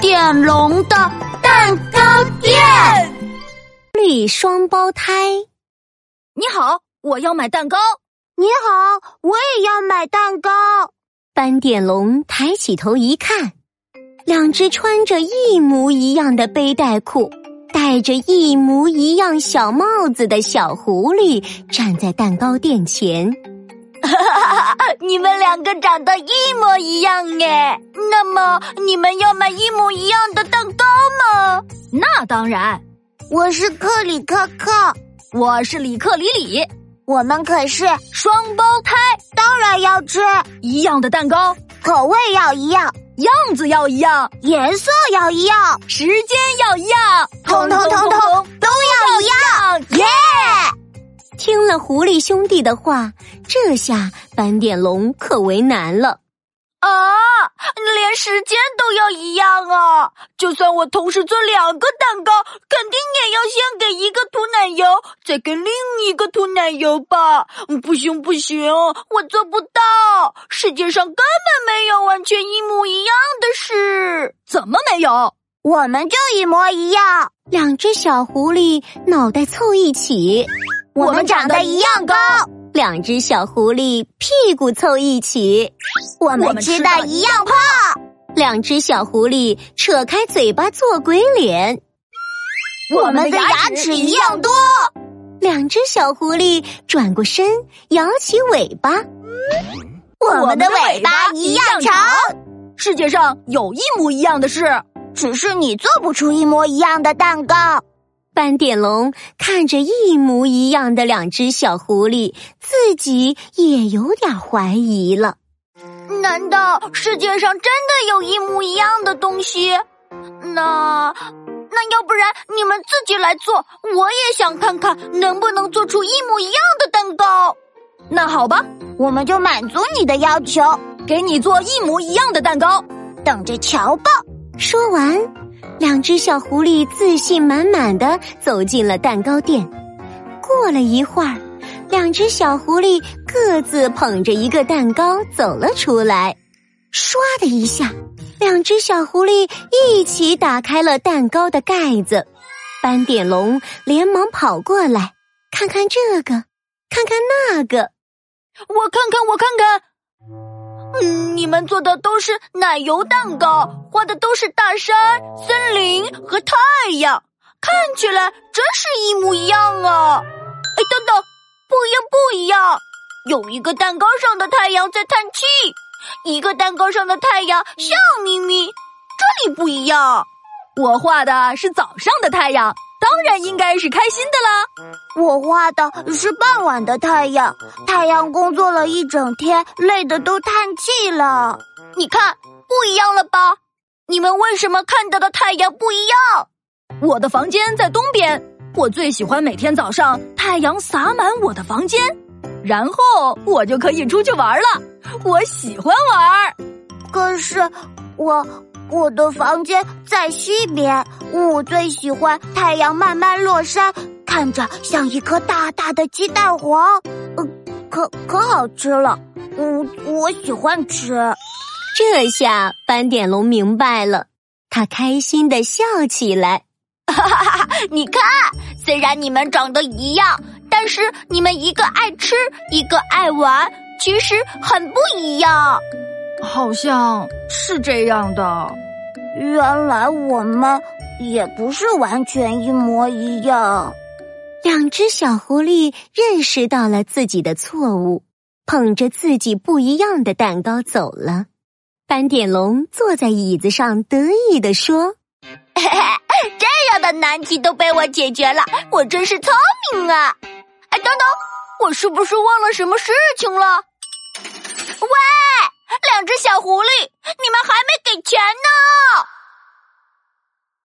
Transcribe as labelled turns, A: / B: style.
A: 点龙的蛋糕店。
B: 绿双胞胎，
A: 你好，我要买蛋糕。
C: 你好，我也要买蛋糕。
B: 斑点龙抬起头一看，两只穿着一模一样的背带裤、戴着一模一样小帽子的小狐狸站在蛋糕店前。
A: 你们两个长得一模一样哎，那么你们要买一模一样的蛋糕吗？那当然，
C: 我是克里克克，
A: 我是里克里里，
C: 我们可是
A: 双胞胎，
C: 当然要吃
A: 一样的蛋糕，
C: 口味要一样，
A: 样子要一样，
C: 颜色要一样，
A: 时间要一样，
C: 统统统统都要一样，耶！
B: 听了狐狸兄弟的话，这下斑点龙可为难了。啊，
A: 连时间都要一样啊！就算我同时做两个蛋糕，肯定也要先给一个涂奶油，再给另一个涂奶油吧？不行不行，我做不到！世界上根本没有完全一模一样的事，怎么没有？
C: 我们就一模一样。
B: 两只小狐狸脑袋凑一起。
C: 我们长得一样高，
B: 两只小狐狸屁股凑一起。
C: 我们吃的一样胖，
B: 两只小狐狸扯开嘴巴做鬼脸。
C: 我们的牙齿一样多，
B: 两只小狐狸转过身摇起尾巴。
C: 我们的尾巴一样长。
A: 世界上有一模一样的事，
C: 只是你做不出一模一样的蛋糕。
B: 斑点龙看着一模一样的两只小狐狸，自己也有点怀疑了。
A: 难道世界上真的有一模一样的东西？那那要不然你们自己来做，我也想看看能不能做出一模一样的蛋糕。那好吧，
C: 我们就满足你的要求，
A: 给你做一模一样的蛋糕，
C: 等着瞧吧。
B: 说完，两只小狐狸自信满满的走进了蛋糕店。过了一会儿，两只小狐狸各自捧着一个蛋糕走了出来。唰的一下，两只小狐狸一起打开了蛋糕的盖子。斑点龙连忙跑过来，看看这个，看看那个，
A: 我看看，我看看。嗯，你们做的都是奶油蛋糕，画的都是大山、森林和太阳，看起来真是一模一样啊！哎，等等，不一样，不一样！有一个蛋糕上的太阳在叹气，一个蛋糕上的太阳笑眯眯，这里不一样。我画的是早上的太阳，当然应该是开心的
C: 啦。我画的是傍晚的太阳，太阳工作了一整天，累得都叹气了。
A: 你看，不一样了吧？你们为什么看到的太阳不一样？我的房间在东边，我最喜欢每天早上太阳洒满我的房间，然后我就可以出去玩了。我喜欢玩，
C: 可是我。我的房间在西边，我最喜欢太阳慢慢落山，看着像一颗大大的鸡蛋黄，呃，可可好吃了，嗯，我喜欢吃。
B: 这下斑点龙明白了，他开心的笑起来。
A: 哈哈哈！你看，虽然你们长得一样，但是你们一个爱吃，一个爱玩，其实很不一样。
D: 好像是这样的，
C: 原来我们也不是完全一模一样。
B: 两只小狐狸认识到了自己的错误，捧着自己不一样的蛋糕走了。斑点龙坐在椅子上，得意地说：“
A: 这样的难题都被我解决了，我真是聪明啊！哎，等等，我是不是忘了什么事情了？喂！”两只小狐狸，你们还没给钱呢！